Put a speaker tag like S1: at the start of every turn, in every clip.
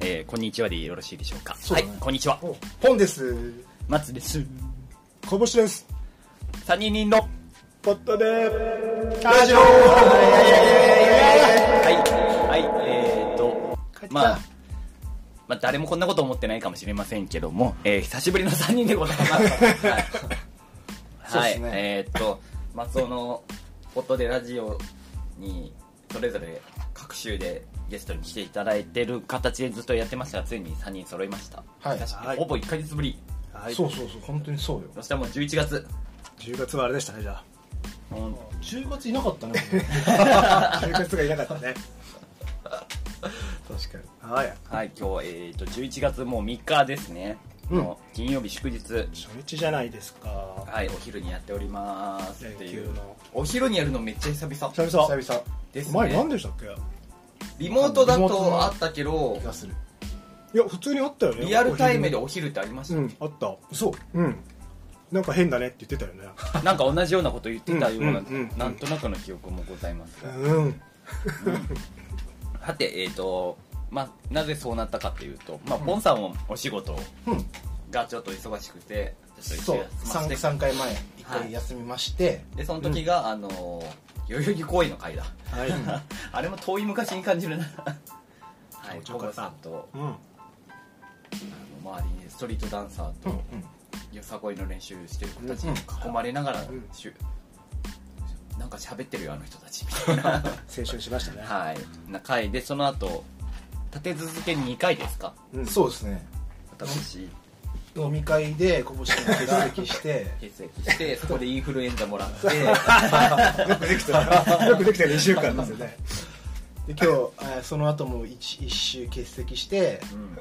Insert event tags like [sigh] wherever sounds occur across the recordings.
S1: えーこんにちはでよろしいでしょうか。
S2: そう
S1: は
S2: だ
S1: い
S2: ね、
S1: こんにちは。
S2: おポンです
S1: 松です。
S2: こぼしです
S1: 三人人の。
S2: ポットでラジオ
S1: はい、はい、えーと、まあ、まあ、誰もこんなこと思ってないかもしれませんけども、えー久しぶりの3人でございます。はい、
S2: [laughs] そう
S1: は
S2: で
S1: い
S2: すね
S1: えーと、松尾のポットでラジオに、それぞれ各週でゲストに来ていただいてる形でずっとやってましたが、ついに3人揃いました。
S2: はい
S1: 確か
S3: は
S1: に
S3: い
S1: ほぼ1ヶ月ぶり。
S3: はい、
S2: そうそうそう本当にそうよ
S1: そしてもう11月。
S3: 10月はあれでしたねじゃあ
S1: うん
S2: 10月いなかったね
S3: [laughs] 10月がいなかったね確かにはい
S1: はい、今日、えー、と11月もう3日ですね、
S2: うん
S1: の金曜日祝日、
S3: 初日じゃないですか
S1: はい、お昼にやっておりますって
S3: 連
S1: い
S3: 休
S1: う
S3: の
S1: お昼にやるのめっちゃ久々
S3: 久々
S2: 久々
S1: です
S3: 前何
S1: ね
S3: でしたっけ
S1: リモートだ
S2: リモート
S1: と
S2: の
S1: あったけど
S2: 気がする
S3: いや普通にあったよね
S1: リアルタイムでお昼ってありまし
S3: うんあった
S2: そう
S3: うんなんか変だねって言ってたよね
S1: たなんか同じようなこと言ってたような、
S3: うんうんうんうん
S1: なんとなくの記憶もございますが
S3: うん
S1: さてえっ、とまあなぜそうなったかっていうと、まあ、ポンさんもお仕事
S2: うん
S1: がちょっと忙しくてちょっと
S2: そう
S1: 一休ませて
S2: 3, 回前1
S1: は
S2: 回
S1: い
S2: 休みまして、
S1: でその時が、あのー代々木公園の会だ
S3: はい
S1: あれも遠い昔に感じるな。はい、
S3: 面白かった
S1: さんと、
S3: うん
S1: あの周りにストリートダンサーと、よさこいの練習してる子たちに囲まれながら、
S3: ん
S1: しゅなんか喋ってるよ、あの人たち、みたい [laughs] な。
S3: 青春しましたね
S1: はい、な回で、その後、立て続けに2回ですか
S3: うん
S2: そうですね
S1: 私、
S2: 飲み会でこぼしが欠席して
S1: 欠席 [laughs] して、そこでインフルエンザもらって、
S3: よくできた [laughs] よくできた2週間ですよね
S2: で今日あーその後も 1, 週欠席して
S1: うん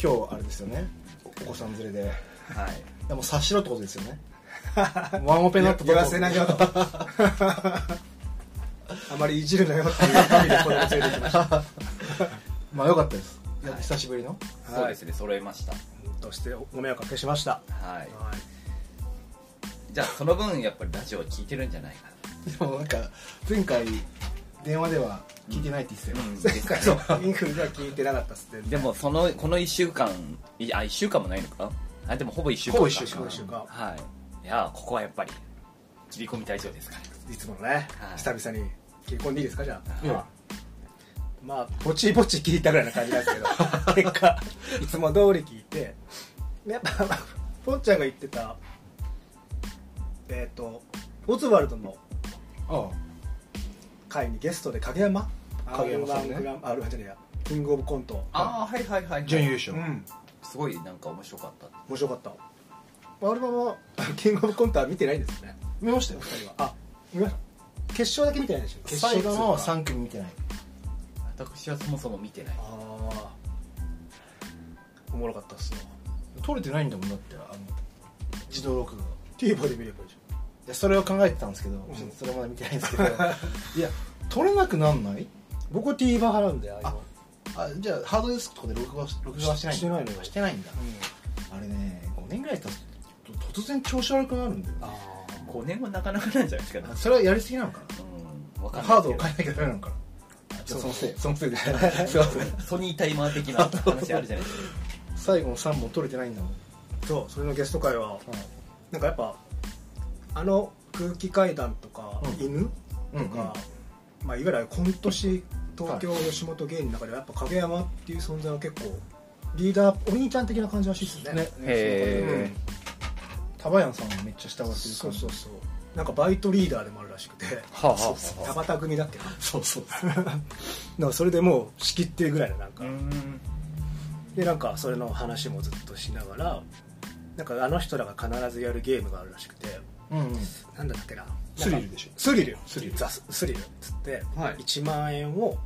S2: 今日あれですよねおお子さん連れで
S1: はい。
S2: でも察しろってことですよ
S3: [laughs]
S2: ねワンオペになったとこ
S3: 言わせ
S2: [laughs]
S3: なよとあまりいじるなよっていう意味でこれを連れてきました
S2: [laughs] まあよかったです、いや
S1: はい
S2: 久しぶりの
S1: そうですね、揃えました。
S3: としてご迷惑おかけしました
S1: はい。
S3: はい
S1: じゃあ、その分、やっぱりラジオ聞いてるんじゃないかな。
S2: でもなんか前回電話では聞いてないって言ってたよ、
S1: うん
S3: 前回のインフルでは聞いてなかったっすって
S1: でもそのこの1週間いあ1週間もないのかなあでもほぼ1週間
S2: ほ
S1: か
S2: ぼ一週間
S3: ほぼ一週間
S1: はいいやここはやっぱり切り込み隊長ですから
S3: いつものね、
S1: はい
S3: 久々に切り込んでいいですかじゃあ、
S2: うん
S3: まあぼちぼち聞いたぐらいな感じなんです
S2: [laughs]
S3: けど結果いつも通り聞いてやっぱポンちゃんが言ってたえっ、とオズワルドの
S2: あ
S3: 会にゲストで影山
S2: 影山さんね
S3: R1 グランあ R1 じゃねえやキングオブコント
S1: ああはいはいはい、
S2: あ準優勝、
S3: うん
S1: すごいなんか面白かった
S3: 面白かったアルバムは [laughs] キングオブコントは見てないんですよね
S2: 見ましたよ
S3: お二人はあ見ました決勝だけ見てないでしょ
S2: 決勝の
S3: 最後
S2: 3組見てない
S1: 私はそもそも見てない
S3: ああおもろかったっすよ
S2: 取れてないんだもんだってあの自動録画が
S3: TVer で見ればいいじ
S2: いやそれを考えてたんですけど、ちょっとそれまだ見てないん [laughs] ですけどいや取れなくなんない
S3: ゃん僕は TVer 派なんでああいうの
S2: あじゃあハードディスクとかで録画し録画はしてないんだ
S3: してないのよ
S2: してないんだあれね5年ぐらい経つと突然調子悪くなるんだよね
S3: あ
S1: 5年はなかなかなんじゃないですかね
S2: あそれはやりすぎなのか
S1: うんわか
S2: なん
S1: ない
S2: ハード
S1: け
S2: を
S1: ど
S2: 変えなきゃダメなのかなじゃあそのせいその
S3: [laughs]
S2: せいでしたすいません
S1: ソニータイマー的な話あるじゃないですか
S2: 最後の3本取れてないんだもん
S3: あそうそれのゲスト会はなんかやっぱあの空気階段とか、
S2: うん
S3: 犬
S2: うん
S3: とか、まあ、いわゆる今年東京吉本芸人の中ではやっぱ影山っていう存在は結構リーダーお兄ちゃん的な感じらしいですよね
S2: ね
S1: へ
S2: タバヤンさんもめっちゃ慕われてる
S3: そ
S2: 感
S3: う
S2: じ
S3: そうそうなんかバイトリーダーでもあるらしくて
S1: はあはあはあ
S3: 田畑組だっけな
S2: そうそう
S3: なんかそれでもう仕切ってるぐらいのなんか、
S1: うーん
S3: でなんかそれの話もずっとしながらなんかあの人らが必ずやるゲームがあるらしくて
S2: うんうん
S3: なんだったっけな
S2: スリルでしょ
S3: スリル
S2: スリル
S3: ザススリルっつって、
S1: はい
S3: 1万円を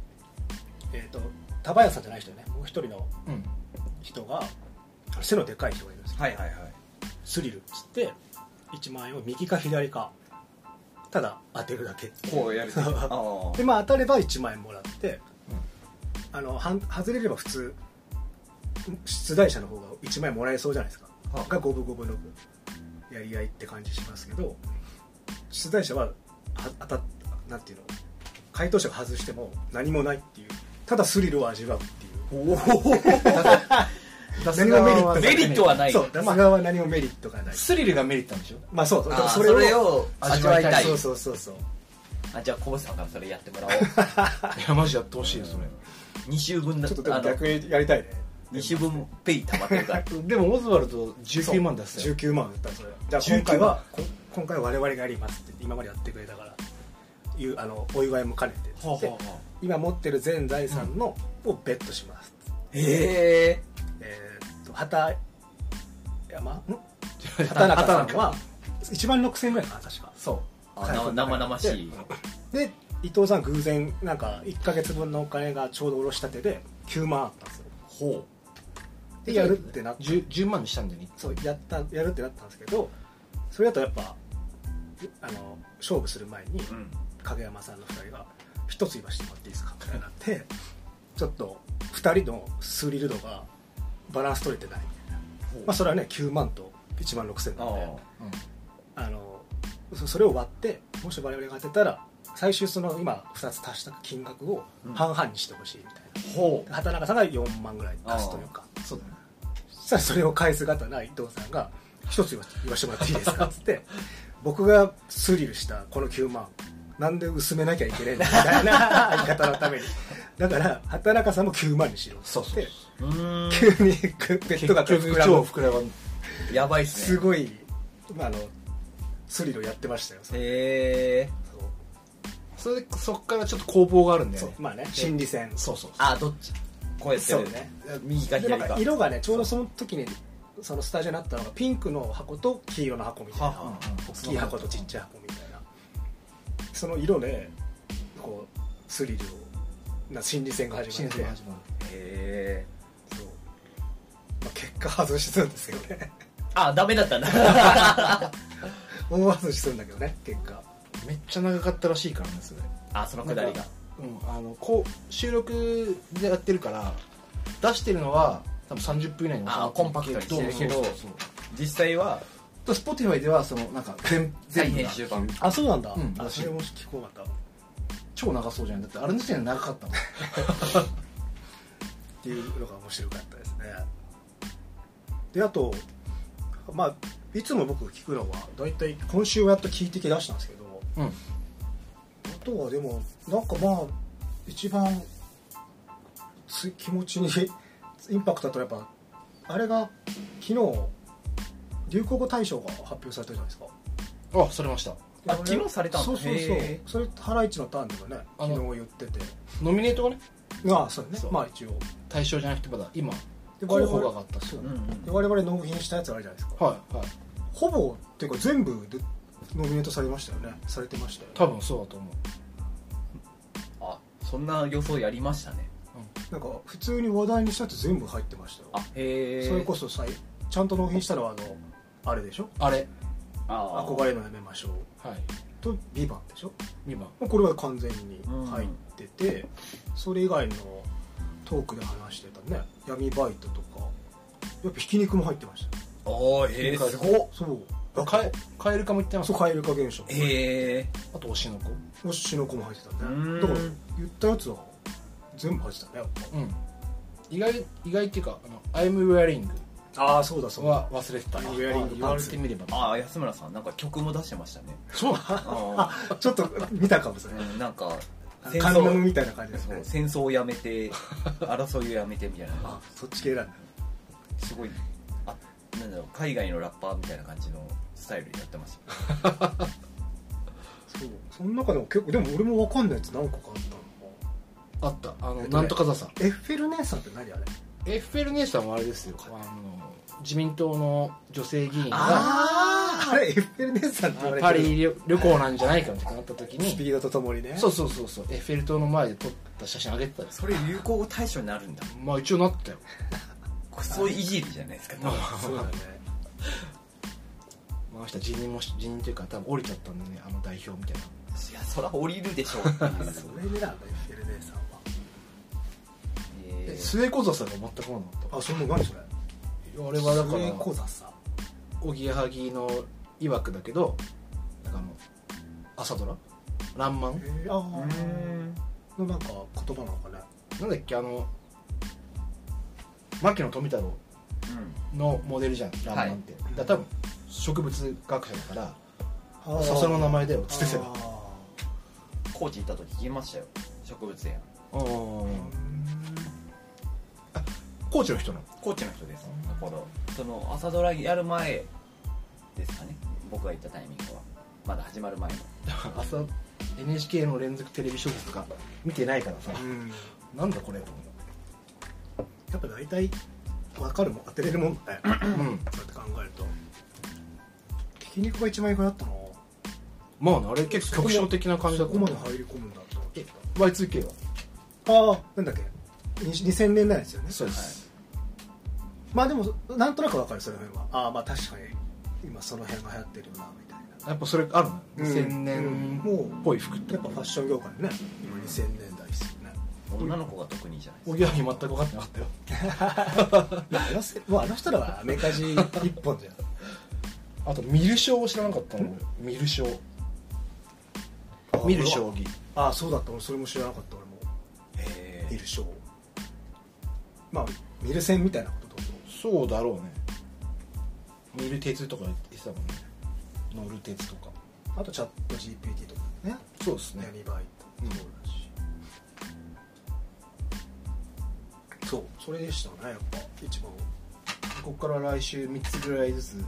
S3: えっ、と田林さんじゃない人ねもう一人の
S2: うん
S3: 人があの背のでかい人がいるんですよ
S1: はいはいはい
S3: スリルっつって1万円を右か左かただ当てるだけ
S1: こうやるとああ
S3: でまあ当たれば1万円もらって、あのはん外れれば普通出題者の方が1万円もらえそうじゃないですか、
S1: はあ
S3: が五分五分の分やり合いって感じしますけど出題者はは当たっなんていうの回答者が外しても何もないっていうただスリルを味わうっていうおお
S2: 出
S3: 何もメリッ
S1: メリッ
S3: トが
S1: トはない
S3: そう出す側は何もメリットがない
S2: スリルがメリットなんでしょ
S3: まあそう
S1: あー
S3: そ
S1: そ
S3: れを
S1: れを味わいたい
S3: そうそうそうそう
S1: あじゃあコブさんからそれやってもらお
S2: いやマジやってほしいよそれ
S1: う2週分だ
S3: ちょっとでも
S1: あの
S3: 逆にやりたいね
S1: 2週分ペイ溜まってるから
S2: [laughs] でもオズワルド19万出す
S3: そう
S2: よ
S3: 19万だったそれじゃあ今回はこ今回は我々がやりますって今までやってくれたからいうあのお祝いも兼ねてで今持ってる全財産のをベットします、
S1: へえ
S3: えーっと畑山ん畑中さんは1万6000円ぐらいかな確か
S2: そ
S1: 生々しい
S3: で伊藤さん偶然なんか1か月分のお金がちょうど下ろしたてで9万あったんですよ
S1: ほ
S2: う
S3: でやるってなって
S2: 10, 10万にしたんだよね
S3: そうやったやるってなったんですけどそれだとやっぱあの勝負する前に
S1: ううん
S3: 影山さんの2人が「一つ言わせてもらっていいですか?」みたいになってちょっと2人のスリル度がバランス取れてないみたいな、
S1: ほう
S3: まあ、それはね9万と1万6000
S1: あ
S3: なんで
S1: ー
S3: あのそそれを割ってもし我々が当てたら最終その今2つ足した金額を
S1: うん
S3: 半々にしてほしいみたい
S1: ほ
S3: な、畑中さんが4万ぐらい足すというか
S2: そうだね
S3: そしたらそれを返す方ない伊藤さんが「一つ言わ言わせてもらっていいですか」っつ
S2: [laughs]
S3: って僕がスリルしたこの9万なんで薄めなきゃいけないんだみたいな [laughs] 言い方のためにだから畑中さんも9万にしろっつ
S2: そう
S3: っ
S2: そ
S3: て
S2: う
S1: ううーん
S3: 急にベッドが
S2: 結
S3: 膨
S2: 局
S3: ら
S2: 超
S3: む
S2: 膨らむ
S1: やばいっす
S3: す
S1: ね
S3: ごい、まあ、あのスリルをやってましたよそれ
S1: へえ
S3: そう
S2: それでそっからちょっと攻防があるんだよ
S3: そう
S2: ね
S3: まあね心理戦
S2: そうそう
S1: あどっちこうやって
S3: そう
S1: る
S3: ね
S1: 右か
S3: でなん
S1: 左
S3: か
S1: か
S3: 色がねちょうどその時にそのスタジオになったのがピンクの箱と黄色の箱みたい
S1: はあ
S3: な
S1: は
S3: 大きい箱とちっちゃい箱みたいなその色でこうスリルをな心理戦が始
S2: 新
S3: まって
S2: 鮮始まる
S1: へえ
S3: そうまあ、結果外しするんですけどね [laughs]
S1: あダメだったんだ
S3: 大外しするんだけどね結果
S2: めっちゃ長かったらしいからねそれ
S1: あそのくだりが
S2: うんあのこう収録でやってるから出してるのは多分30分以内に収ま
S1: あーコンパクトにしてるけど
S2: そうそうそう
S1: 実際は
S2: と Spotify ではそのなんか全
S1: 再
S2: 部
S1: 編
S2: が
S1: 集版
S3: あそうなんだ、
S2: うん
S3: あそれも聞こうかったっ
S2: 超長そうじゃないだってあれの時点で長かったもん
S3: ていうのが面白かったですねであとまあいつも僕聞くのは大体今週はやっと聞いてきだしたんですけど、
S2: うん
S3: あとはでもなんかまあ一番つ気持ちに [laughs] インパクトだとやっぱあれが昨日流行語大賞が発表されたじゃないですか
S2: あそれました
S1: あ
S3: れ
S1: 昨日されたんだ
S3: そうそうそう
S1: へ
S3: それハライチのターンでもね
S2: あ
S3: 昨
S2: の
S3: 日言ってて
S2: ノミネートがね
S3: ああそうね
S2: そう
S3: まあ一応
S2: 対象じゃなくてまだ今
S3: で
S2: 候
S3: 我
S2: 補が上
S3: 々
S2: がったし
S3: そう
S1: うんう
S3: で
S1: ん
S3: 我々納品したやつがあるじゃないですか、
S2: はいはい
S3: ほぼっていうか全部でノミネートされましたよねされてましたよね
S2: 多分そうだと思う
S1: あそんな予想やりましたね
S3: なんか普通に話題にしたやつ全部入ってましたよ
S1: あへえ
S3: それこそさちゃんと納品したのはあのあれでしょ
S2: あれ
S1: あ
S3: 憧れのやめましょう
S2: はい
S3: と「ビバンでしょ
S2: 2番
S3: もうこれは完全に入ってて、それ以外のトークで話してたね闇バイトとかやっぱひき肉も入ってましたよ
S1: おーへえすごっ
S3: そう
S2: カエカエル化も言ってます
S3: そうカエル化現象
S1: へえ
S2: あと推しの子う
S3: おしの子も入ってた
S1: う
S3: ね
S1: ん
S3: だから言ったやつは全部入ってたねやっ
S2: ん意外意外っていうか「I'm wearing
S3: ぱああそうだ」そうだ
S2: は忘れてた
S3: I'm wearing
S2: 言われてみれば
S1: ああ安村さんなんか曲も出してましたね
S2: そう
S1: あ
S3: [laughs] ちょっと見たかもしれない
S1: ーうんなんか戦
S3: カンナム
S1: 争
S3: みたいな感じです
S1: そ
S3: ね
S1: う戦争をやめ [laughs] て争いをやめてみたいな
S3: あそっち系なんだ
S1: すごいあなんだろう海外のラッパーみたいな感じのスタイルでやってました
S3: そうその中でも結構でも俺も分かんないやつ何個かあ
S2: あ
S3: ったの
S2: ったあの
S3: えっとね
S2: なんとか座さん
S3: エッフェル姉さんって何あれ
S2: エッフェル姉さんはあれですよあの自民党の女性議員が
S3: ああれエッフェル姉さんって言われて
S2: パ
S3: る
S2: リ旅旅行なんじゃないかってなった時
S3: スピ
S2: に
S3: ードとともにね
S2: そうそうそうそうエッフェル塔の前で撮った写真あげてたんです
S1: それ流行語大賞になるんだ
S2: まあ一応な [laughs] ったよ
S1: クソいじりじゃないですか多分
S3: そうだね
S2: まああの人辞任もし辞任というか多分降りちゃったんでねあの代表みたいない
S1: やそら降りるでしょうって [laughs] いう
S3: それでなんだエッフェル姉さん
S1: え
S2: え
S1: ー
S2: 末小座さんが全く来なかった
S3: はあそんな何それ
S2: あれはだから
S3: 小座さん
S2: おぎやはぎの曰くだけどなんかあの朝ドラ「らんまん
S3: えー、あ
S1: うーん
S3: あのなんか言葉なのかね
S2: なんだっけあの牧野富太郎のモデルじゃん「らんまん」って、だから多分植物学者だから笹の名前だよつってたよ
S1: 高知行った時聞きましたよ植物園
S2: 高知の人なの [laughs]
S1: 高知の人ですだからその朝ドラやる前ですかね僕が行ったタイミングはまだ始まる前の
S2: 朝 NHK の連続テレビ小説とか見てないからさ、
S3: うん
S2: なんだこれと思
S3: やっぱ大体分かるもん当てれるもんだよ
S2: う、うん、
S3: そうやって考えるとひき肉が一番良くなったな
S2: まあねあれ結構局所的な感じだ
S3: そ
S2: と
S3: こ
S2: 思
S3: ま
S2: う
S3: で入り込むんだと思って
S2: え Y2K は
S3: ああなんだっけに2000年代ですよね
S2: そうです、
S3: まあでもなんとなく分かるその辺はああまあ確かに今その辺が流行ってるよなみたいな
S2: やっぱそれあるの、
S3: うん
S2: 2000年っぽい服って
S3: やっぱファッション業界ね今2000年代ですよね
S1: 女の子が特にじゃないですか
S2: おぎやはぎ全く分かってなかったよ
S3: あのせもうあの人らはアメカジ一本じゃん
S2: あと見る将を知らなかったの見る将 [laughs] 見る将棋
S3: ああそうだった俺それも知らなかった俺も
S1: へ
S3: 見る賞まあ見る戦みたいなことってこと
S2: そうだろうね見る鉄とか言ってたもんね乗る鉄とか
S3: あとチャット GPT とかね
S2: そうですね
S3: 闇バイトもそうだし、そうそれでしたねやっぱ一番
S2: ここから来週3つぐらいずつ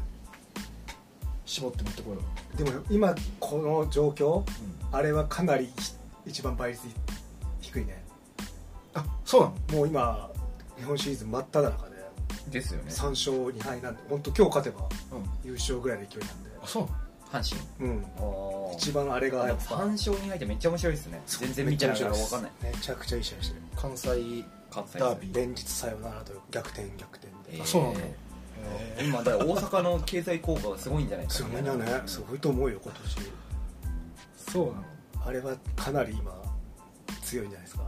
S2: 絞って持ってこよう、
S3: でも今この状況あれはかなりひ一番倍率低いね
S2: あそうなの
S3: もう今日本シリーズ真っ只中で
S1: ですよね
S3: 3勝2敗なんで本当今日勝てば
S2: うん
S3: 優勝ぐらいの勢いなんで
S2: あそうなの
S1: 阪神
S3: うん
S1: あ
S3: 一番あれがやっ
S1: 3
S3: ぱ
S1: 勝2敗ってめっちゃ面白いですね全然見てないから分かんない
S3: めちゃくちゃいい試合してる
S2: 関西
S1: 関西
S2: ダービー
S3: 連日さよならという逆転逆転
S1: え
S3: で、
S1: ー
S2: あそうなんだ
S1: 今だから大阪の経済効果がすごいんじゃないです
S3: す
S1: か
S3: ごいなねすごいと思うよ今年
S2: そうなの
S3: あれはかなり今強いんじゃないですか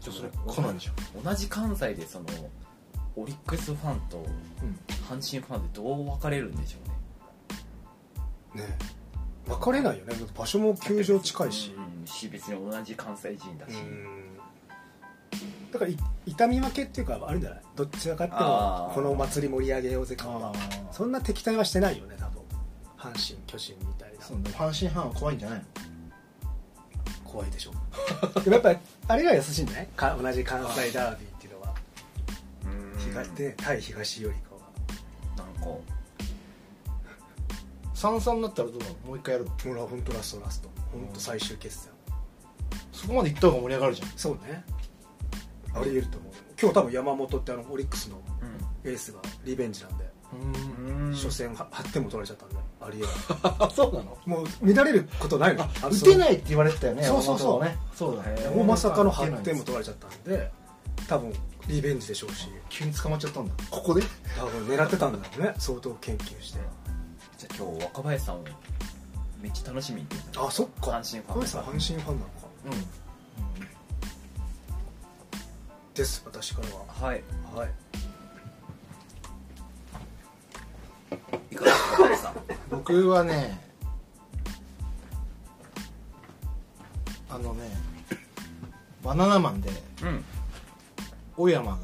S2: じゃあそれかなりじゃん
S1: 同じ関西でそのオリックスファンと阪神ファンでどう分かれるんでしょうね
S3: ねえ分かれないよね場所も球場近いし
S1: うんし別に同じ関西人だ
S3: う
S1: し
S3: んだからい痛み分けっていうかあるんじゃないどっちらかっていう
S1: あ
S3: と
S1: ー
S3: この祭り盛り上げようぜ感
S2: あ
S3: は
S2: あ
S3: そんな敵対はしてないよね多分阪神巨神みたい
S2: そう
S3: な
S2: なの半信半は怖いんじゃないの
S3: 怖いで
S2: [laughs]
S3: しょでもやっぱりあれが優しいんじゃないか同じ関西ダービーっていうのは
S1: うん
S3: 東ね対東よりかは
S1: なんか
S2: 三三になったらどうなのもう一回やるの
S3: ほら本当ラストラスト本当最終決戦
S2: そこまで行った方が盛り上がるじゃん
S3: そうねあり得ると思う今日多分山本ってあのオリックスのエースがリベンジなんで
S2: うん
S1: うん
S3: 初戦は8点も取られちゃったんであり得
S2: あ [laughs] そうなの
S3: ないもう乱れることないの
S2: あ打て
S3: い
S2: ないって言われてたよね
S3: そうそうそ
S2: 山本
S3: う
S2: はねそうだ
S1: へ
S2: ね
S1: ー
S3: もうまさかの8点も取られちゃったんで多分リベンジでしょうし
S2: 急に捕まっちゃったんだここで
S3: 多分狙ってたんだろうね相当研究して
S1: じゃあ今日若林さんをめっちゃ楽しみに言ってた
S3: あそっ
S1: 阪
S3: か
S1: 神ファン
S3: 小林さん阪神ファンなのか
S2: うん
S3: です私からは
S1: はい
S3: はい
S1: いかがですか若林さん
S2: 僕はねあのねバナナマンで
S1: [laughs] うん
S2: 小山が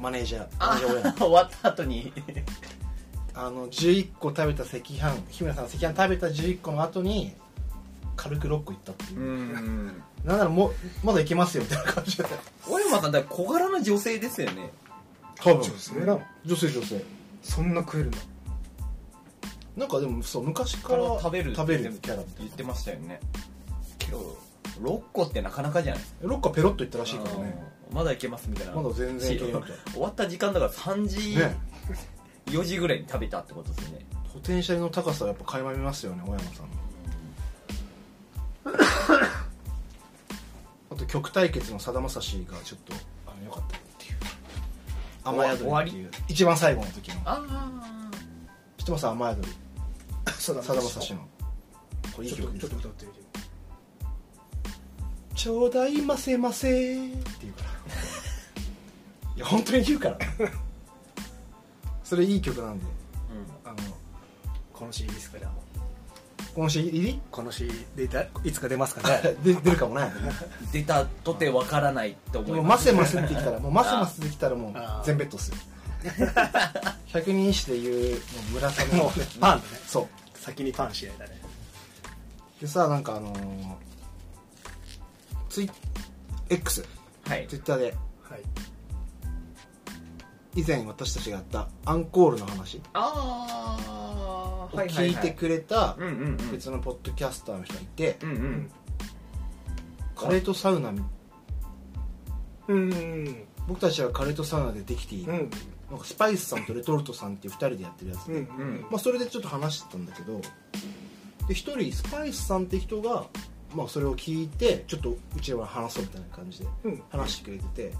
S2: マネージャーマネージャー小山
S1: [laughs] 終わった後に
S2: あの11個食べた赤飯日村さんが赤飯食べた11個の後に軽く6個いったっていうう、
S1: ん
S2: なんならもうまだいけますよみたいな感じで
S1: 小山さんだから小柄な女性ですよね
S2: 多分
S3: 女性なの
S2: 女性女性
S3: そんな食えるんだ
S2: なんかでもそう昔から
S1: 食べる
S2: 食べるキャラみたい
S1: 言っ
S2: な
S1: てましたよね今日6個ってなかなかじゃないですか
S2: 6個ペロッといったらしいからね
S1: あーまだいけますみたいな
S2: まだ全然いけるみたい
S1: 終わった時間だから3時、
S2: ね
S1: 4時ぐらいに食べたってことですよね
S2: ポテンシャルの高さはやっぱ垣間見ますよね小山 [coughs] さんのあと曲対決のさだまさしがちょっとあの良かったっていう雨宿りっていう一番最後の時の
S1: ああ
S2: 知ってます雨宿り
S3: さだ
S2: さだまさしのこれいい
S3: ちょっ
S2: 曲です
S3: とちょっと歌ってみて
S2: 「ちょうだいませませ」っていうから [laughs] いや本当に言う [laughs] からそれいい曲なんで
S1: うん
S2: あの
S3: このシリーズから
S2: この CD 入り
S3: この CD でいたいつか出ますかね
S2: [laughs] で出るかもないもんね
S1: 出たとてわからないと
S2: も
S1: 思
S2: う
S1: い
S2: ま
S1: ます
S2: せませってきたらもうませませできたらもう
S3: あー
S2: 全ベッドっ
S3: [laughs]
S2: すよ百人一首で言うもう村雨の
S3: もうねパンだね
S2: そ
S3: [laughs] 先にパン試合だね
S2: うでさなんかあのー、ツイ X
S1: はい
S2: ツイッターで
S3: はい
S2: 以前私たちがやったアンコールの話
S1: あ
S2: を聞いてくれた
S1: うんうんうん
S2: 別のポッドキャスターの人がいて
S1: うんうん
S2: カレーとサウナ
S3: うんうん
S2: 僕たちはカレーとサウナでできている
S3: うん
S2: なんかスパイスさんとレトルトさんっていう2人でやってるやつ
S3: う
S2: で、
S3: んうん
S2: まあ、それでちょっと話してたんだけどで1人スパイスさんって人が、まあ、それを聞いてちょっとうちらは話そうみたいな感じで
S3: うん
S2: 話してくれてて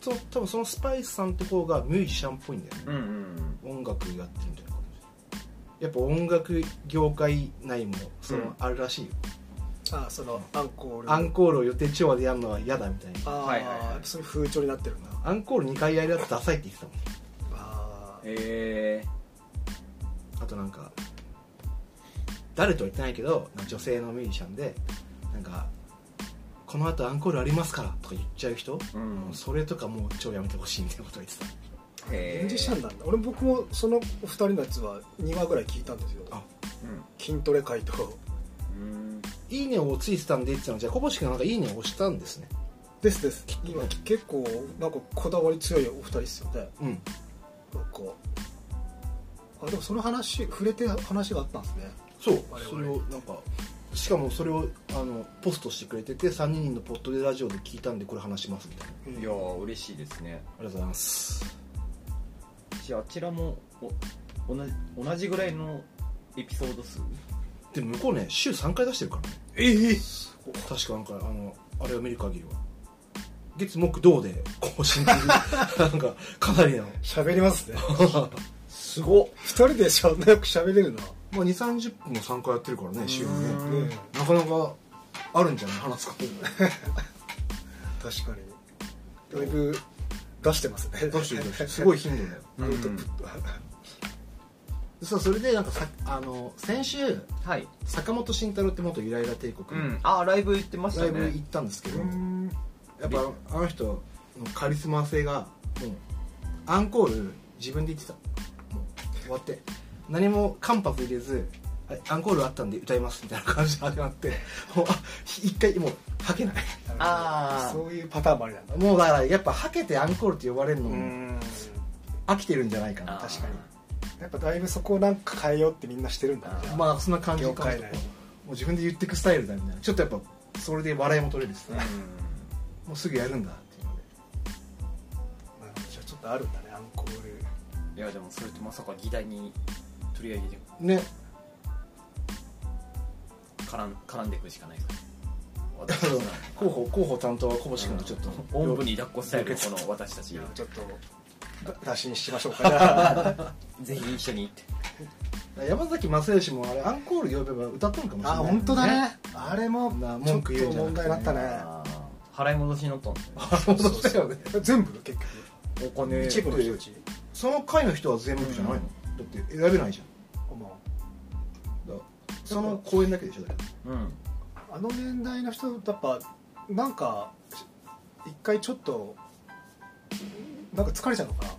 S2: その多分そのスパイスさんって方がミュージシャンっぽいんだよね
S1: うんうん
S2: 音楽やってるみたいな感じやっぱ音楽業界内もそのあるらしいよ、
S3: あそのアンコール
S2: アンコールを予定調和でやるのは嫌だみたいな
S3: ああ、
S1: はいはいはい
S3: やっぱそういう風潮になってるな
S2: アンコール2回やるやつダサいって言ってたもん
S3: あー
S1: え
S2: あとなんか誰とは言ってないけど女性のミュージシャンでなんか「この後アンコールありますから」とか言っちゃう人、
S1: ーうん
S2: それとかもう超やめてほしいみたいなこと言って
S1: へー
S3: ミュージシャンなんだ俺僕もそのお二人のやつは2話ぐらい聞いたんですよ
S2: あ
S3: 筋トレ会と
S1: うん
S2: た「いいね」をついてたんでって言ってたのじゃあこぼし君なんか「いいね」を押したんですね
S3: ですです今結構なんかこだわり強いお二人っすよね
S2: うん
S3: なんかあでもその話触れて話があったんですね
S2: そう
S3: 我々
S2: それをなんかしかもそれをあのポストしてくれてて3人のポッドでラジオで聞いたんでこれ話しますみたいなあ
S1: うんいやー嬉しいですね
S2: りがとうございます
S1: じゃああちらもお同じ同じぐらいのエピソード数
S2: で向こうね週3回出してるからね
S1: ええ
S2: 確かなんかあのあれを見る限りは月木銅で更新っていう [laughs] なんかかなりの
S3: 喋ります [laughs] ね
S1: すごっ
S3: 二人でしゃ仲良く喋れるな
S2: まあ2 3 0分も3回やってるからね週に
S1: う
S2: ね
S1: ん
S3: ね
S2: なかなかあるんじゃない話すこと
S3: 確かにだいぶ出して [laughs] ますね
S2: どうしてるどう [laughs] してるすごい頻度だよ
S3: アウトプット
S2: そうそれでなんかさあの先週
S1: はい
S2: 坂本慎太郎って元ゆらゆら帝
S1: う
S2: 国の
S1: んあーライブ行ってまし
S2: ラ
S1: た
S2: イブ行っ
S1: ね
S2: たんですけど、
S3: うん
S2: やっぱあの人のカリスマ性がもうアンコール自分で言ってたもう終わって何も間髪入れずはいアンコールあったんで歌いますみたいな感じで始まってもうあ一回もうはけない
S1: あー
S3: そういうパターンもありなんだ
S2: もうだからやっぱはけてアンコールって呼ばれるの
S3: う
S2: も
S3: ん
S2: 飽きてるんじゃないかな
S1: あー
S3: 確かにやっぱだいぶそこをなんか変えようってみんなしてるんだね
S1: あー
S2: まあそんな感じか
S3: 業
S2: もも
S3: 界内の
S2: う自分で言ってくスタイルだみたいなちょっとやっぱそれで笑いも取れるです
S1: うん
S2: ね、もうすぐやるんだっていうので
S3: まあじゃあちょっとあるんだねアンコール
S1: いやでもそれってまさか議題に取り上げて
S2: ね
S1: 絡ん絡んでいくしかないですね
S2: だ
S1: 私
S2: か
S1: たち
S2: ら
S1: の
S2: 候補候補担当は小星君がちょっと
S1: [laughs] おんぶに抱っこスタイルのこの私た
S3: い
S1: ち
S3: やちょっとだ打診しましょうかじゃあ
S1: ぜひ一緒に行って
S2: 山崎正義もあれアンコール呼べば歌ったのかもしれない
S3: [laughs] あ本当だねあれも
S2: な
S3: ちょ
S2: 文
S3: っ
S2: 句
S3: と
S2: 言うんじゃなくて
S3: 問題になったね
S1: あー払い戻しに乗ったんですよね
S2: 本当だよね
S3: [laughs] 全部結局
S1: お金
S3: 一部の人たち
S2: その回の人は全部じゃないの、
S1: うん
S2: だって選べないじゃんだ
S3: ま
S2: からその公演だけでしょだから
S1: うん
S3: ああの年代の人やっぱなんかし一回ちょっとなんか疲れちゃうのかな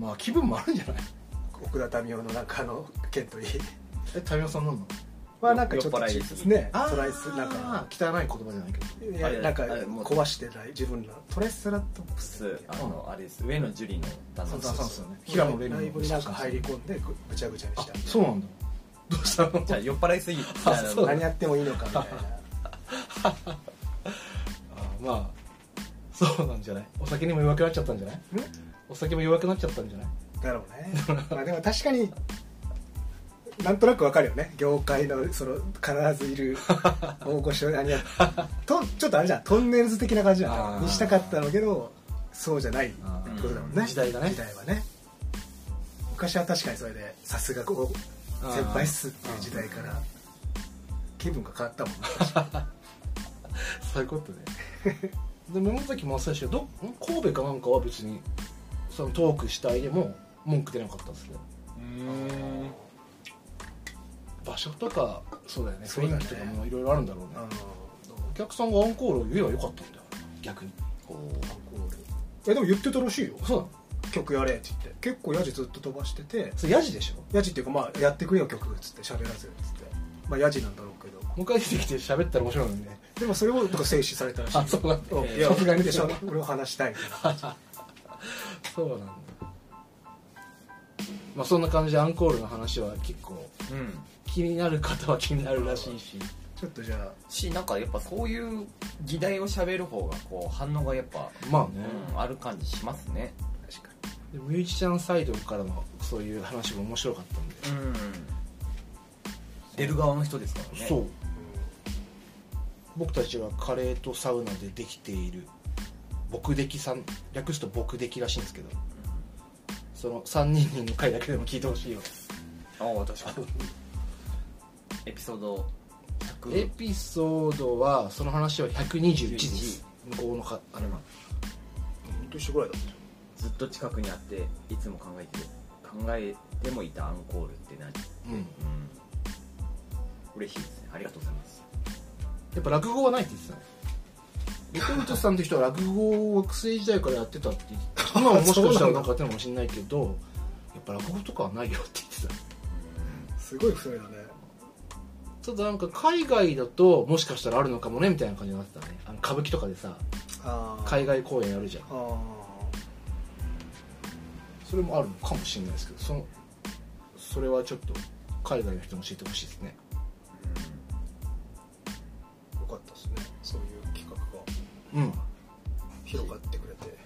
S2: まあ気分もあるんじゃない
S3: 奥田民生のなんかあの剣 [laughs] 取り
S2: え民生さんなんの
S3: はなんかちょっと
S1: 酔っ払い
S3: ですね
S2: あー
S3: トライスなんか
S2: 汚い言葉じゃないけど
S3: い
S1: あ
S3: や
S1: れ
S3: なんか
S1: あれもう
S3: 壊してない自分らトレスラトップス
S1: すあの、あれです上野樹里の旦那
S2: そう
S1: さ
S2: そ
S1: ん
S2: うそうね平
S3: 平
S2: 野
S3: 野
S2: レ
S3: レ
S2: ミの
S3: ミライブになんか入り込んでぐぐちゃぐちゃにし
S2: あ
S3: た
S2: そうなんだどうしたの
S1: じゃあ酔っ払いすぎてあの
S2: そう
S3: 何やってもいいのかみたい
S2: あまあそうなんじゃないお酒にも弱くなっちゃったんじゃない
S3: なん
S2: お酒も弱くなっちゃったんじゃない [laughs]
S3: だろうねまあでも確かになんとなくわかるよね業界のその必ずいる大御所何や
S2: [laughs]
S3: とちょっとあれじゃんトンネルズ的な感じじゃ
S2: あ
S3: ん
S2: ー
S3: にしたかったのけどそうじゃないってことだもんね
S2: うん時代がね
S3: 時代はね昔は確かにそれでさすがこう先輩っすっていう時代から気分が変わったもんね
S2: そういうことね [laughs] で山崎正義はどん神戸かなんかは別にそのトーク主体でも文句出なかったですね
S1: うーん
S2: 場所とかそうだよね
S3: そう
S2: 雰
S3: だね
S2: 囲気とかもいろいろあるんだろうね
S3: あの
S2: お客さんがアンコールを言えばよかったんだよ逆に
S3: アンコールえでも言ってたらしいよ
S2: そうなの
S3: 曲やれって言って結構ヤジずっと飛ばしてて
S2: それヤジでしょも
S3: ヤジっていうかまあやってくれよ曲っつって喋らせるっつってまあヤジなんだろうけど
S2: う一回出てきて喋ったら面白いのにね
S3: でもそれをとか静止されたらしいよ
S2: あそうなんだ
S3: んいや
S2: さすがに
S3: でしょ俺を話したい
S2: そうなんだまあそんな感じでアンコールの話は結構
S1: うん
S2: 気になる方は気になるらしいし
S3: ちょっとじゃあ
S1: しなんかやっぱそういう議題を喋る方がこう反応がやっぱ、
S2: まあ
S1: う
S2: ね、
S1: ん、ある感じしますね
S3: 確か
S2: でミュージシャンサイドからのそういう話も面白かったんで、
S1: うん出る側の人ですからね
S2: そう僕たちはカレーとサウナでできている僕的さん略すと僕的らしいんですけどその3人の回だけでも聞いてほしいよ
S1: ああ確かにエピソード
S2: エ
S1: 100
S2: ピソードはその話は121です向こうのかあれは
S3: に本当一緒ぐらいだった
S1: ずっと近くにあっていつも考えてる考えてもいたアンコールって何
S2: うんや
S1: うん嬉しいですねありがとうございます
S2: っぱ落語はないって言 [laughs] ってたねレトルトさんって人は落語を学生時代からやってたって言って [laughs]
S3: [laughs]
S2: 今ももしかしたらなんかやってるのかもしれないけどやっぱ落語とかはないよって言って
S3: すごい不正だね
S2: たただなんか海外だともしかしたらあるのかもねみたいな感じになってたねあの歌舞伎とかでさ
S3: あー
S2: 海外公演やるじゃん
S3: あー
S2: それもあるのかもしれないですけどそのそれはちょっと海外の人に教えてほしいですね
S3: よかったですねそういう企画が
S2: うん
S3: 広がってくれて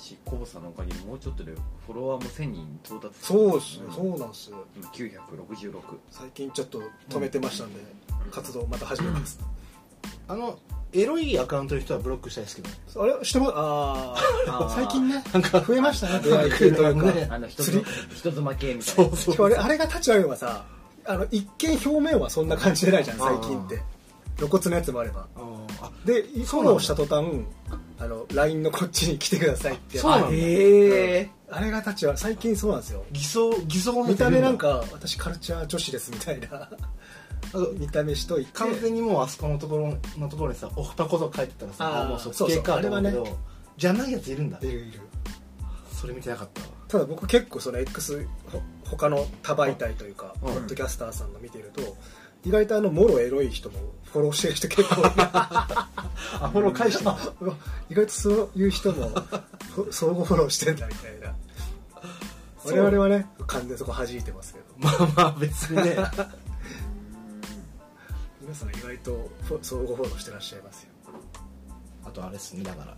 S1: しコボさんのおかげでもうちょっとでフォロワーも1000人到達
S3: そうですね
S1: ね
S3: そうなんです
S1: 今966
S3: 最近ちょっと止めてましたんで、活動また始めます、
S2: あのエロいアカウントの人はブロックしたいですけどね
S3: あれしても
S1: あ
S3: ああ
S1: ー
S3: 最近ね
S2: なんか
S3: 増えましたね出
S2: 出
S3: 会
S2: 会
S3: い
S2: い
S3: 系
S2: 系
S3: と
S2: と
S3: い
S2: いうう
S3: か
S2: か、
S1: あの人
S3: 釣り
S1: 妻人妻系みたい
S2: そ
S1: な
S2: うそ
S3: [laughs] しかもあれあれが立ち会うのはさあの一見表面はそんな感じでないじゃん
S2: あ
S3: 最
S2: ー
S3: 近って露骨なやつもあれば
S2: あーあ
S3: でフ
S2: そ
S3: ォ
S2: うなんだ
S3: ローした途端あの LINE のこっちに来てくださいって
S2: そうなんだ
S1: あへえ
S3: あれが立ち会う最近そうなんですよ
S2: 偽装偽装の
S3: 見た目なんか私カルチャー女子ですみたいな [laughs] 見た目しといて
S2: 完全にもうあそこのところのところにさお二言書いてたら
S3: あ
S2: さ
S3: ー
S2: あもうそっち系かと思うけ
S3: そう
S2: どじゃないやついるんだ
S3: いるいる
S2: それ見てなかったわ
S3: ただ僕結構その X ほ他の多媒体というか
S2: う
S3: ポ
S2: ん
S3: ッドキャスターさんの見てると意外とあのもろエロい人もフォローしてる人結構いる
S2: あ [laughs] フォロー返してた
S3: うわ [laughs] 意外とそういう人もふ相互フォローしてんだみたいな
S2: そう
S3: 我々はね完全にそこ弾いてますけど
S2: まあまあ別に [laughs] ね
S3: 皆さん意外とフォ相互フォローしてらっしゃいますよ
S2: あとあれっすねだから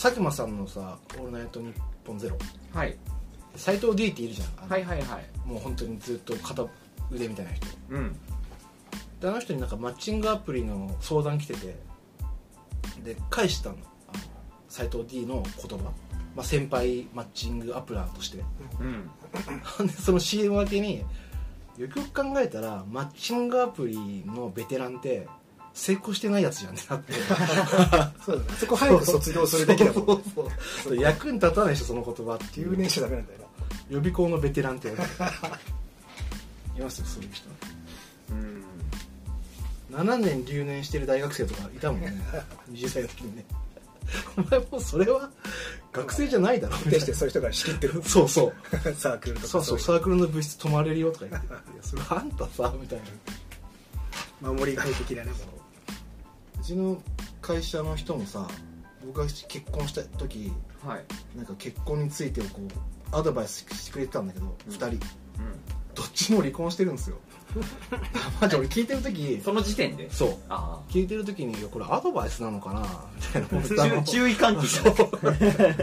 S2: 佐久間さんのさ「オールナイトニッポンゼロ
S1: はい
S2: 斎藤 D っているじゃんあの
S1: はいはいはい
S2: もう本当にずっと片腕みたいな人
S1: うん
S2: であの人になんかマッチングアプリの相談来ててで返したのあの斎藤 D の言葉、まあ、先輩マッチングアプラーとして [laughs]
S1: うん
S2: でその CM 明けによくよく考えたらマッチングアプリのベテランって成功してないやつじゃんってなって [laughs]
S3: そうだねあそこ早く卒業するべきだもんね
S2: そうそうそう役に立たないでしょその言葉っていう
S3: 留年しちゃダメなんだよな
S2: 予備校のベテランって言われて [laughs] いますよそういう人
S1: うん
S2: 7年留年してる大学生とかいたもん [laughs] ね20歳の時にねお前もうそれは学生じゃないだろみた
S3: で
S2: い
S3: してそういう人が仕切ってる [laughs]
S2: なそうそう [laughs]
S3: サークルとか
S2: そうそう
S3: い
S2: サークルの部室泊まれるよとか [laughs] 言っていやそれあんたさみたいな
S3: 守り外的なねも
S2: うちの会社の人もさ僕が結婚した時
S1: はい
S2: なんか結婚についてをこうアドバイスしてくれてたんだけど、
S1: うん
S2: 二2人
S1: うん
S2: どっちも離婚してるん [laughs] ですよマジ俺聞いてる時
S1: その時点で
S2: そう
S1: あ
S2: 聞いてる時にいやこれアドバイスなのかなみたいな
S1: あ
S2: [laughs]
S1: 注注意喚起
S2: そう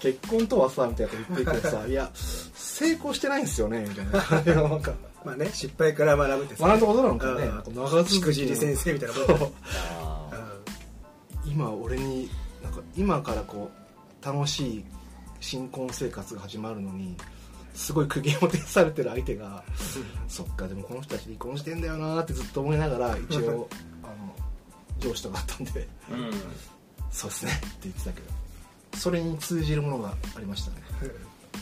S2: 結婚とはさみたいなこと言っていてさ [laughs] いや成功してないんですよねみたい [laughs] な感じのなんか
S3: まあね失敗から学ぶって
S2: 学んだことなのかね
S3: うん
S2: なんか長続き
S3: しくじり先生みたいなこと
S2: そう
S1: あー
S2: 今俺になんか今からこう楽しい新婚生活が始まるのにすごい苦言を呈されてる相手がそっかでもこの人たち離婚してんだよなーってずっと思いながら一 [laughs] 応あの上司とかあったんで
S1: うん
S2: そうですねって言ってたけどそれに通じるものがありましたね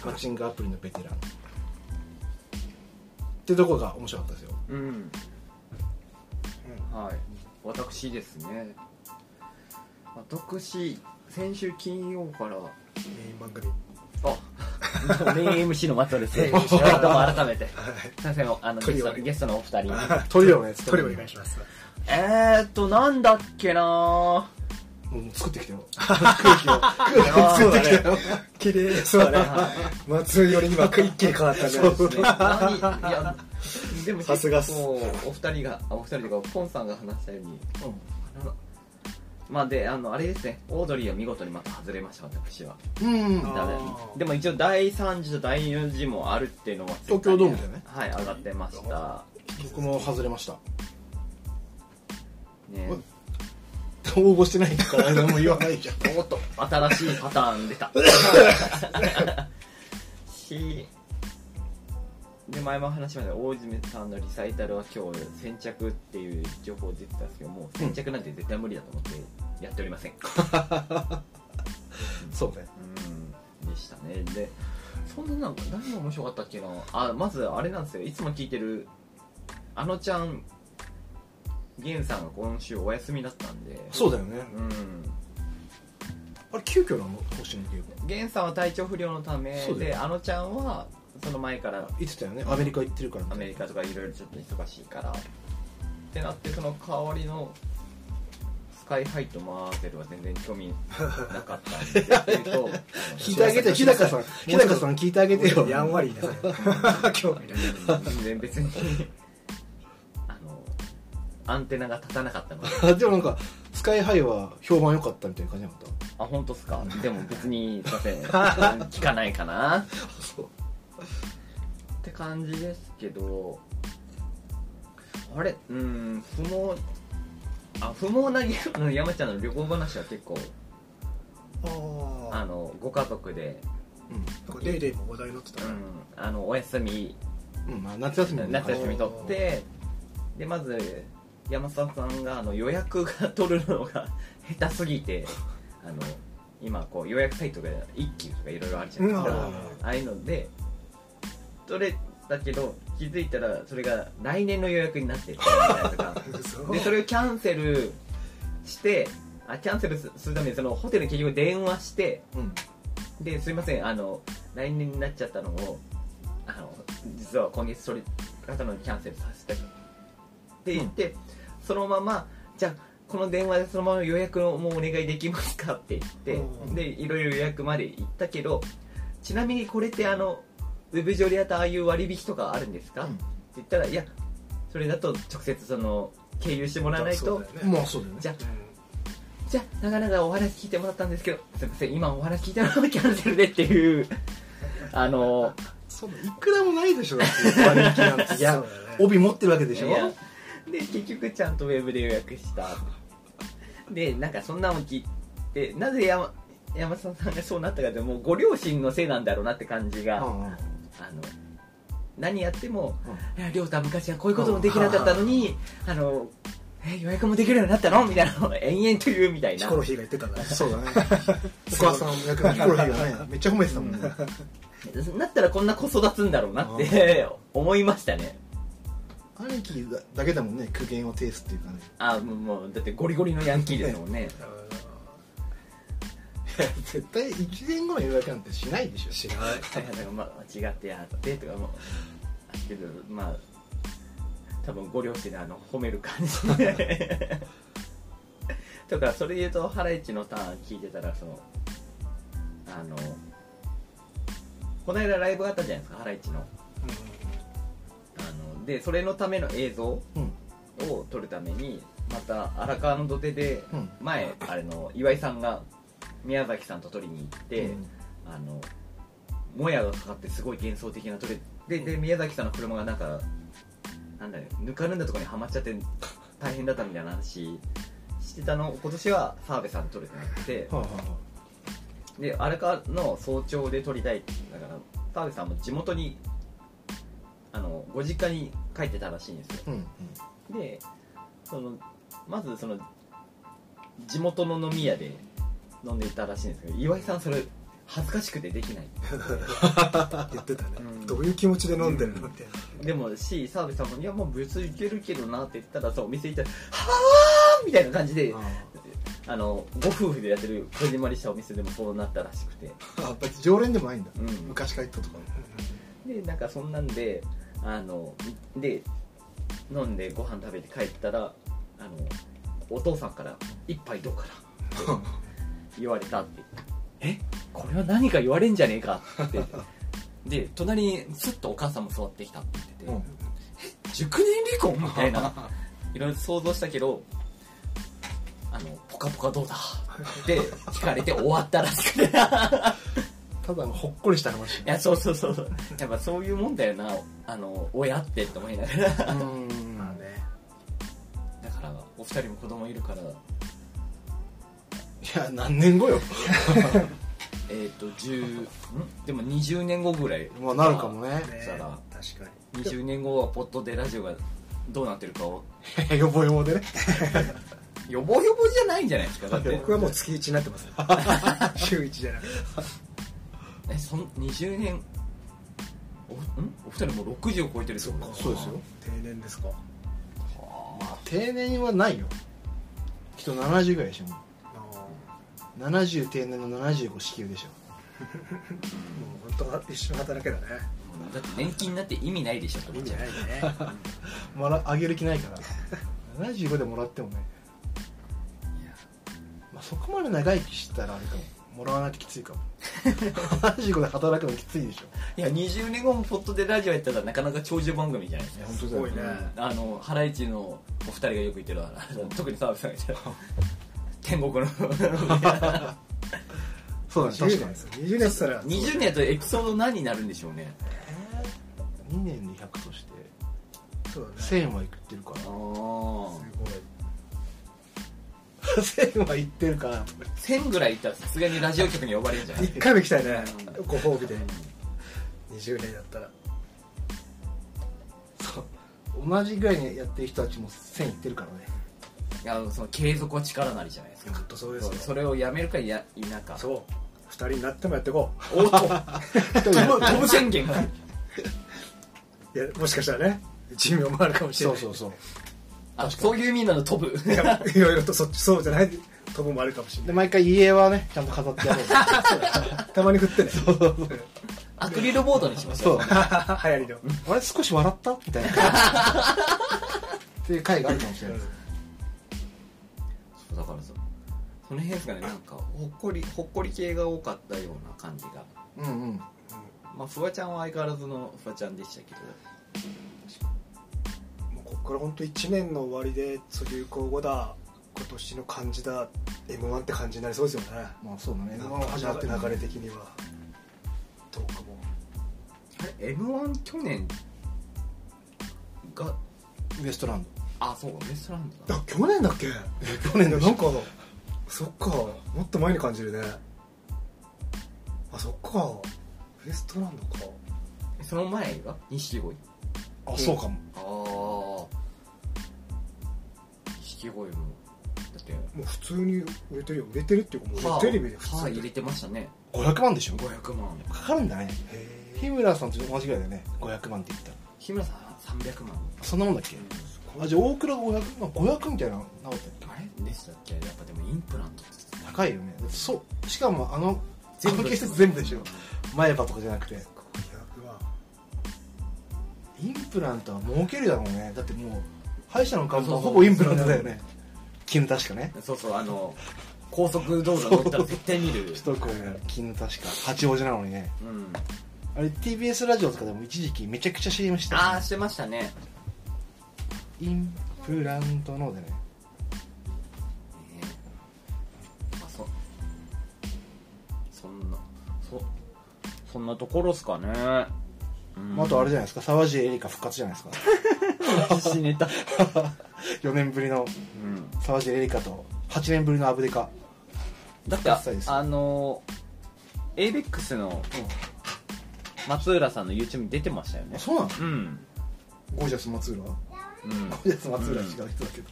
S2: マッチングアプリのベテランってとこが面白かったですよ
S3: うん、うん、
S1: はい、私ですね私先週金曜から
S3: メイン番組 [laughs]
S1: あメイン MC の松尾です
S3: メイン
S1: ど
S3: MC
S1: うも改めて
S3: はい
S1: [laughs] 先生のあのゲ
S3: トリ
S1: ス
S3: オ
S1: トゲストのお二人
S2: トリオのやつ
S3: トリオお願いします
S1: えーっとなんだっけ
S3: [laughs]
S1: な
S2: もう作ってきてよ空気を空気を作 [laughs] ってきてよ
S3: 綺麗そうだね松井より今一気に変わったね
S1: そうですね何いやでも
S3: さすがっす
S1: もうお二人があお二人というかポンさんが話したようにあのまあであのあれですねオードリーは見事にまた外れました私は
S2: うん
S3: あ
S1: ダメ
S3: ー
S1: でも一応第3次と第4次もあるっていうのは
S2: 東京ドームだよね
S1: はい上がってました
S2: 僕も外れました
S1: ね
S2: お応募してないから何も言わないじゃん
S1: おっと新しいパターン出た
S2: [laughs]
S1: しで前も話しました大泉さんのリサイタルは今日先着っていう情報出てたんですけどもう先着なんて絶対無理だと思ってやっておりません
S2: そうね
S1: うんでしたねでそんななんか何が面白かったっけなあまずあれなんですよいつも聞いてるあのちゃん源さんが今週お休みだったんで
S2: そうだよね
S1: うん
S2: あれ急遽なの方針っていうか
S1: 源さんは体調不良のため
S2: そうだよ
S1: であのちゃんはその前から
S2: 言ってたよねアメリカ行ってるから
S1: ア
S2: みたいな
S1: メリカとかいろいろちょっと忙しいからってなってその代わりのスカイハイとマーゼルは全然興味なかったんでえっ
S2: [laughs]
S1: と
S2: 聞いてあげて日高さん日高さん聞いてあげてよ [laughs]
S3: やんわりね今日
S1: 全然 [laughs] 別にあのアンテナが立たなかったので
S2: あでもなんかスカイハイは評判良かったみたいな感じなかっ
S1: あ本当っすかでも別にすいません聞かないかなった
S2: そう
S1: て感じですけどあれうん不毛あ不毛なゲームの山ちゃんの旅行話は結構
S3: あ
S1: あのご家族で、
S2: う
S3: あデイデイも話題になってた
S1: う
S3: ね
S1: ん、あのお休み
S2: ん、うんまあ、夏休みの
S1: 夏休み取ってでまず山里さんがあの予約が取るのが [laughs] 下手すぎてあの今こう予約サイトが一休とかいろいろあるじゃないです
S3: うん
S1: か、
S3: あ
S1: ああいうので取れたけど気づいたらそれが来年の予約になってたみたいなと
S3: [laughs]
S1: かでそれをキャンセルしてあキャンセルすするためにそのホテルに結局電話して
S2: うん
S1: で、すいません、あの、来年になっちゃったのを、あの、実は今月それ方のキャンセルさせて、って言って、そのまま、じゃあ、この電話でそのまま予約をもうお願いできますかって言っ
S3: うん
S1: て、で、いろいろ予約まで行ったけど、ちなみにこれってあの、ウェブ上でやったああいう割引とかあるんですか、
S2: うん
S1: って言ったら、いや、それだと直接その、経由してもらわない
S3: そ
S1: と
S3: うだよ、ね
S2: まあそうだよね
S1: じゃあ
S3: う
S1: じゃあ、なかなかお話聞いてもらったんですけど、すいません、今お話聞いたのをキャンセルでって [laughs] いう、あの、
S2: そんないくらもないでしょだって割引なんて
S3: ん
S2: い [laughs] や
S3: そうだね
S2: 帯持ってるわけでしょ
S1: いやで、結局ちゃんとウェブで予約した。で、なんかそんなの聞いて、なぜ山山里さんがそうなったかって、もうご両親のせいなんだろうなって感じが、
S2: う
S1: あ
S2: んうん
S1: の、何やっても、いや亮太は昔はこういうこともできなかったのに、あの、え、予約もできるようになったのみたいなのを延々と言うみたい
S3: ヒ
S1: な
S3: コ。ロヒーが言ってたんだね
S2: そうだね [laughs] お母さんの役のヒコロヒーがねめっちゃ褒めてたもんね
S1: なったらこんな子育つんだろうなって [laughs] 思いましたね。
S2: 兄貴だだけだもんね苦言を呈すっていうかね
S1: あもうもうだってゴリゴリのヤンキーですもんね
S2: 絶対1年後の予約なんてしないでしょ
S3: しない
S1: はいはいだからまあ間違ってやってとかもあるけどまあ多分ご両親であの褒める感じでとかそれで言うとハライチのターン聞いてたらそのあのこの間ライブがあったじゃないですかハライチのあのでそれのための映像
S2: うん
S1: を撮るためにまた荒川の土手で
S2: うん
S1: 前あれの岩井さんが宮崎さんと撮りに行って、
S2: うん
S1: あのもやがかかってすごい幻想的な撮れでで宮崎さんの車がなんかなんだねぬかるんだとこにはまっちゃって大変だったみたいな話してたのを今年は澤部さんと撮れてなくて
S2: はあはあは
S1: で荒川の早朝で撮りたいってだから澤部さんも地元にあのご実家に帰ってたらしいんですよ
S2: あうんうん
S1: でそのまずその地元の飲み屋で飲んでいたらしいんですけど岩井さんそれ恥ずかしくてできない
S3: 言ってたね、
S1: うん
S3: どういう気持ちで飲んでるのって、
S1: でも C 澤部さんも「いやもう別にいけるけどな」って言ったらさお店行ったら「はあ!」みたいな感じで
S3: あ
S1: あのご夫婦でやってるこじんまりしたお店でもそうなったらしくて、
S2: あ別に常連でもないんだ、
S1: うん
S2: 昔から行ったとか
S1: でなんかそんなんであので飲んでご飯食べて帰ったらあのお父さんから「一杯どうかな?」って言われたって「 [laughs] えこれは何か言われんじゃねえか」ってで隣にスッとお母さんも座ってきたって言ってて「熟年離婚?」みたい [laughs] ないろいろ想像したけど「あのポカポカどうだ?」って聞かれて終わったらしくて
S2: ただのほっこりした話
S1: いやそうそうそうやっぱそういうもんだよなあの親ってって思いながらだか
S2: うん
S3: まあね
S1: らお二人も子供いるから
S2: いや何年後よ
S1: えっ、と10んでも20年後ぐらい
S2: まあなるかも [laughs] ね
S3: ね
S1: そうだ
S3: 確かに
S1: 20年後はポットでラジオがどうなってるかを
S2: 予防予防でね
S1: 予防予防じゃないんじゃないですかだっ
S3: で
S1: て
S3: 僕はもう月1になってますね [laughs] 週1じゃなくて
S1: えその20年おんお二人もう60を超えてるってことか
S2: そうですよ
S3: 定年ですか
S2: まあ定年はないよきっと70ぐらいでしょも
S3: ああも
S2: う70定年の75支給でしょ
S3: う本当は一緒に働けだね
S1: もうだって年金なんて意味ないでしょと
S3: い
S1: 思
S3: い
S1: っ
S3: ん
S1: ち
S3: じ
S1: ゃ
S3: ゃ
S1: う
S3: ない
S2: [laughs]
S3: ね
S2: まだあげる気ないから75でもらってもねまあ、そこまで長生きしたらあれかももらわないときついかも75で働くのきついでしょ
S1: いや20年後もポットでラジオやったらなかなか長寿番組じゃないですか
S2: 本当
S3: す
S2: だよ
S3: ごいね
S1: あのハライチのお二人がよく言ってるあの特に澤部さんが言ってる天国の
S3: [laughs]
S2: そうだね確か
S3: 20年
S2: に
S3: ですよ20年したら
S1: 20年やとエピソード何になるんでしょうね
S2: 2年で100として
S3: そうだねす
S2: 1000はいってるか
S1: ああ
S2: な
S3: ごい
S2: 1000はいってるかなとか
S1: 1000ぐらいいったらさすがにラジオ局に呼ばれるんじゃない
S3: 1回目来たいね
S1: うん
S3: ご褒美で20年だったら
S2: そう同じぐらいにやってる人たちも1000いってるからね
S1: いやその継続は力なりじゃないですか
S3: 本当そうですよ
S1: それをやめるかや否か
S3: そう2人になってもやっていこ
S1: おっと飛ぶ飛ぶ宣言
S3: ういやもしかしたらね寿命もあるかもしれ
S2: そう
S3: ない
S2: そうそう
S1: あそういう意味なの飛ぶ
S3: いやいろいろとそっちそうじゃないとこもあるかもしれ
S2: で
S3: ない
S2: 毎回家はねちゃんと飾ってやろう [laughs]
S3: たまに振ってね [laughs]
S1: アクリルボードにしましょ
S2: そうう
S3: 流行りの
S2: あれ少し笑った [laughs] みたいなっていう回があるかもしれないです
S1: そうだからさその辺ですかねなんかほっこりほっこり系が多かったような感じが
S2: うんうん
S1: まあフワちゃんは相変わらずのフワちゃんでしたけど
S3: もうここから本当1年の終わりで次流行語だ今年の漢字だ m 1って感じになりそうですよね
S2: まあそうだね
S3: なん
S2: 今
S3: か
S2: 始まってる
S3: 流
S2: 流
S3: れ
S2: れ
S3: 的にはどうかも
S1: あれ m 1去年が
S2: ウエストランド
S1: あそうかウエストランドだ
S3: あ去年だっけ去年だなんかそっかもっと前に感じるねあそっかウエストランドか
S1: その前が錦鯉
S2: あそうかも
S1: ああ錦鯉もだって
S3: もう普通に売れてるよ売れてるっていうかもうテレビで普
S1: 歯
S3: 通に
S1: 入れてましたね
S2: 500万でしょ
S1: 500万
S2: かかるんだね
S3: へ
S2: 日
S3: え
S2: 村さんと同じぐらいだよね500万って言ったら
S1: 日村さん300万
S2: そんなもんだっけあじゃあ大倉500万500みたいなのなかったっけ
S1: あれでしたっけやっぱでもインプラントって
S2: 高いよねそうしかもあの
S1: 全
S2: 全
S1: 部
S2: 部施設全部でしょ前歯とかじゃなくて
S3: 500は
S2: インプラントは儲けるだろうねだってもう歯医者の看板ほぼインプラントだよね [laughs] 絹確かね
S1: そうそうあの高速道路乗ったら絶対見 [laughs] る
S2: 首都高の絹確か八王子なのにね
S1: うん
S2: あれ TBS ラジオとかでも一時期めちゃくちゃ CM してた
S1: あ
S2: よ
S1: あ
S2: ね
S1: してましたね
S2: インプラントのでね
S1: ねまあ、そそんなそそんなところっすかね、うん
S2: まああとあれじゃないですか沢尻エリカ復活じゃないですか
S1: 死ネタ、
S2: [laughs] 4年ぶりの
S1: うん、
S2: 沢尻エリカと8年ぶりのアブデカ
S1: だって
S2: そうです
S1: あの ABEX の松浦さんの YouTube に出てましたよね
S2: そうなの
S1: うん、
S2: ゴージャス松浦ゴ
S1: うん、
S2: ージャス松浦は違う人だけど、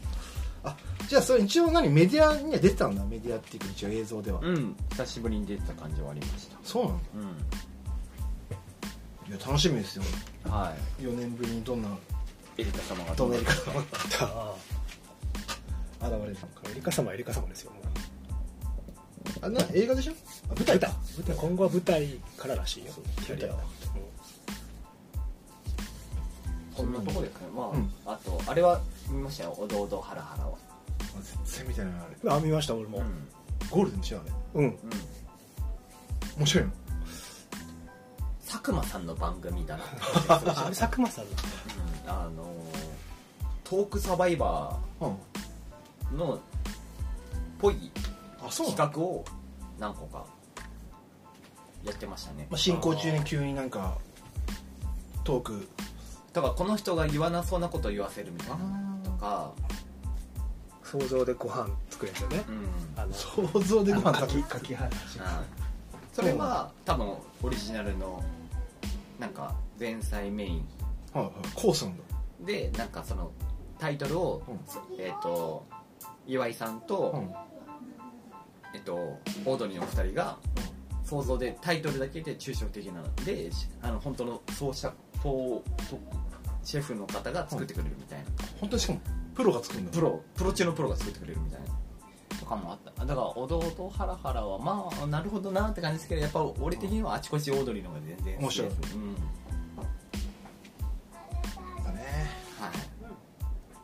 S2: あじゃあそれ一応何メディアには出てたんだメディアっていうか一応映像では、
S1: うん久しぶりに出てた感じはありました
S2: そうなんだ
S1: う
S2: いや楽しみですよ
S1: んは
S2: 4年ぶりにどんない
S1: エリカ様が
S2: どんなや
S1: う
S2: り方が
S3: あ
S2: 現れるのか
S3: あエリカ様はエリカ様ですよもう
S2: あな映画でしょあ舞台だ
S3: 舞台今後は舞台かららしいよキャリアは
S1: こんなとこですねまあ、
S2: うん
S1: あとあれは見ましたよおどおどハラハラは
S2: 絶対見てないなあれ
S3: うんあ見ました俺も
S1: ん
S2: ゴールデンでしょあれ
S3: うん
S1: うん
S2: 面白いの
S1: 佐久間さんの番組 [laughs] だなって
S3: あれ佐久間さんだ
S1: うんあのトークサバイバ
S2: うん
S1: ーのっぽい
S2: あそうな
S1: 企
S2: の
S1: 画を何個かやってましたね
S2: まあ、進行中に急になんかトーク
S1: だからこの人が言わなそうなことを言わせるみたいなとか
S3: 想像でご飯作れるんですよね
S1: [laughs] うん
S3: あの
S2: 想像でご飯
S3: か
S2: 食
S3: き
S2: べ
S3: かき話
S1: それは多分オリジナルのなんか前菜メイン
S2: はいはいコースなんだ
S1: でなんかそのタイトルを、
S2: うん
S1: えっ、と岩井さんと、
S2: うん
S1: えっとオードリーのお二人が想像でタイトルだけで抽象的なのでしあの本当の創作フォーとシェフの方が作ってくれるみたいな、
S2: 本当にしかもプロが作るんだ
S1: プロプロ中のプロが作ってくれるみたいなとかもあっただからおどおどハラハラはまあなるほどなって感じですけどやっぱ俺的にはあちこちオードリーの方が全然好きです
S2: 面
S1: うん
S2: だね
S1: はい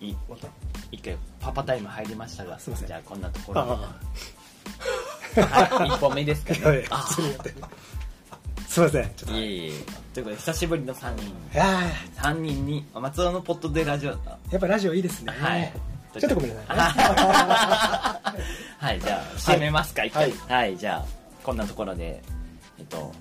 S1: い
S3: 終わった
S1: 一回パパタイム入りましたが
S3: すいません
S1: じゃあこんなところで
S3: あ
S1: はい一本目ですか
S3: あいや
S1: ね
S3: いや
S1: あ
S3: 普通にやってるすいませんちょっと
S1: いえいえということで久しぶりの3人
S3: いやー
S1: 3人に松尾のポットでラジオ
S3: やっぱラジオいいですね、
S1: はい
S3: ちょっとごめんなさいね
S1: [laughs] はいじゃあ締めますか一回はい、じゃあこんなところでえっと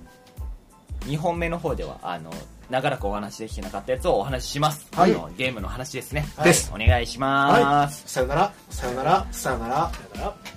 S1: 2本目の方ではあの長らくお話できてなかったやつをお話しします、
S2: はい
S1: あのゲームの話ですね
S2: です
S1: お願いします、
S2: さよならさよならさよなら
S3: だから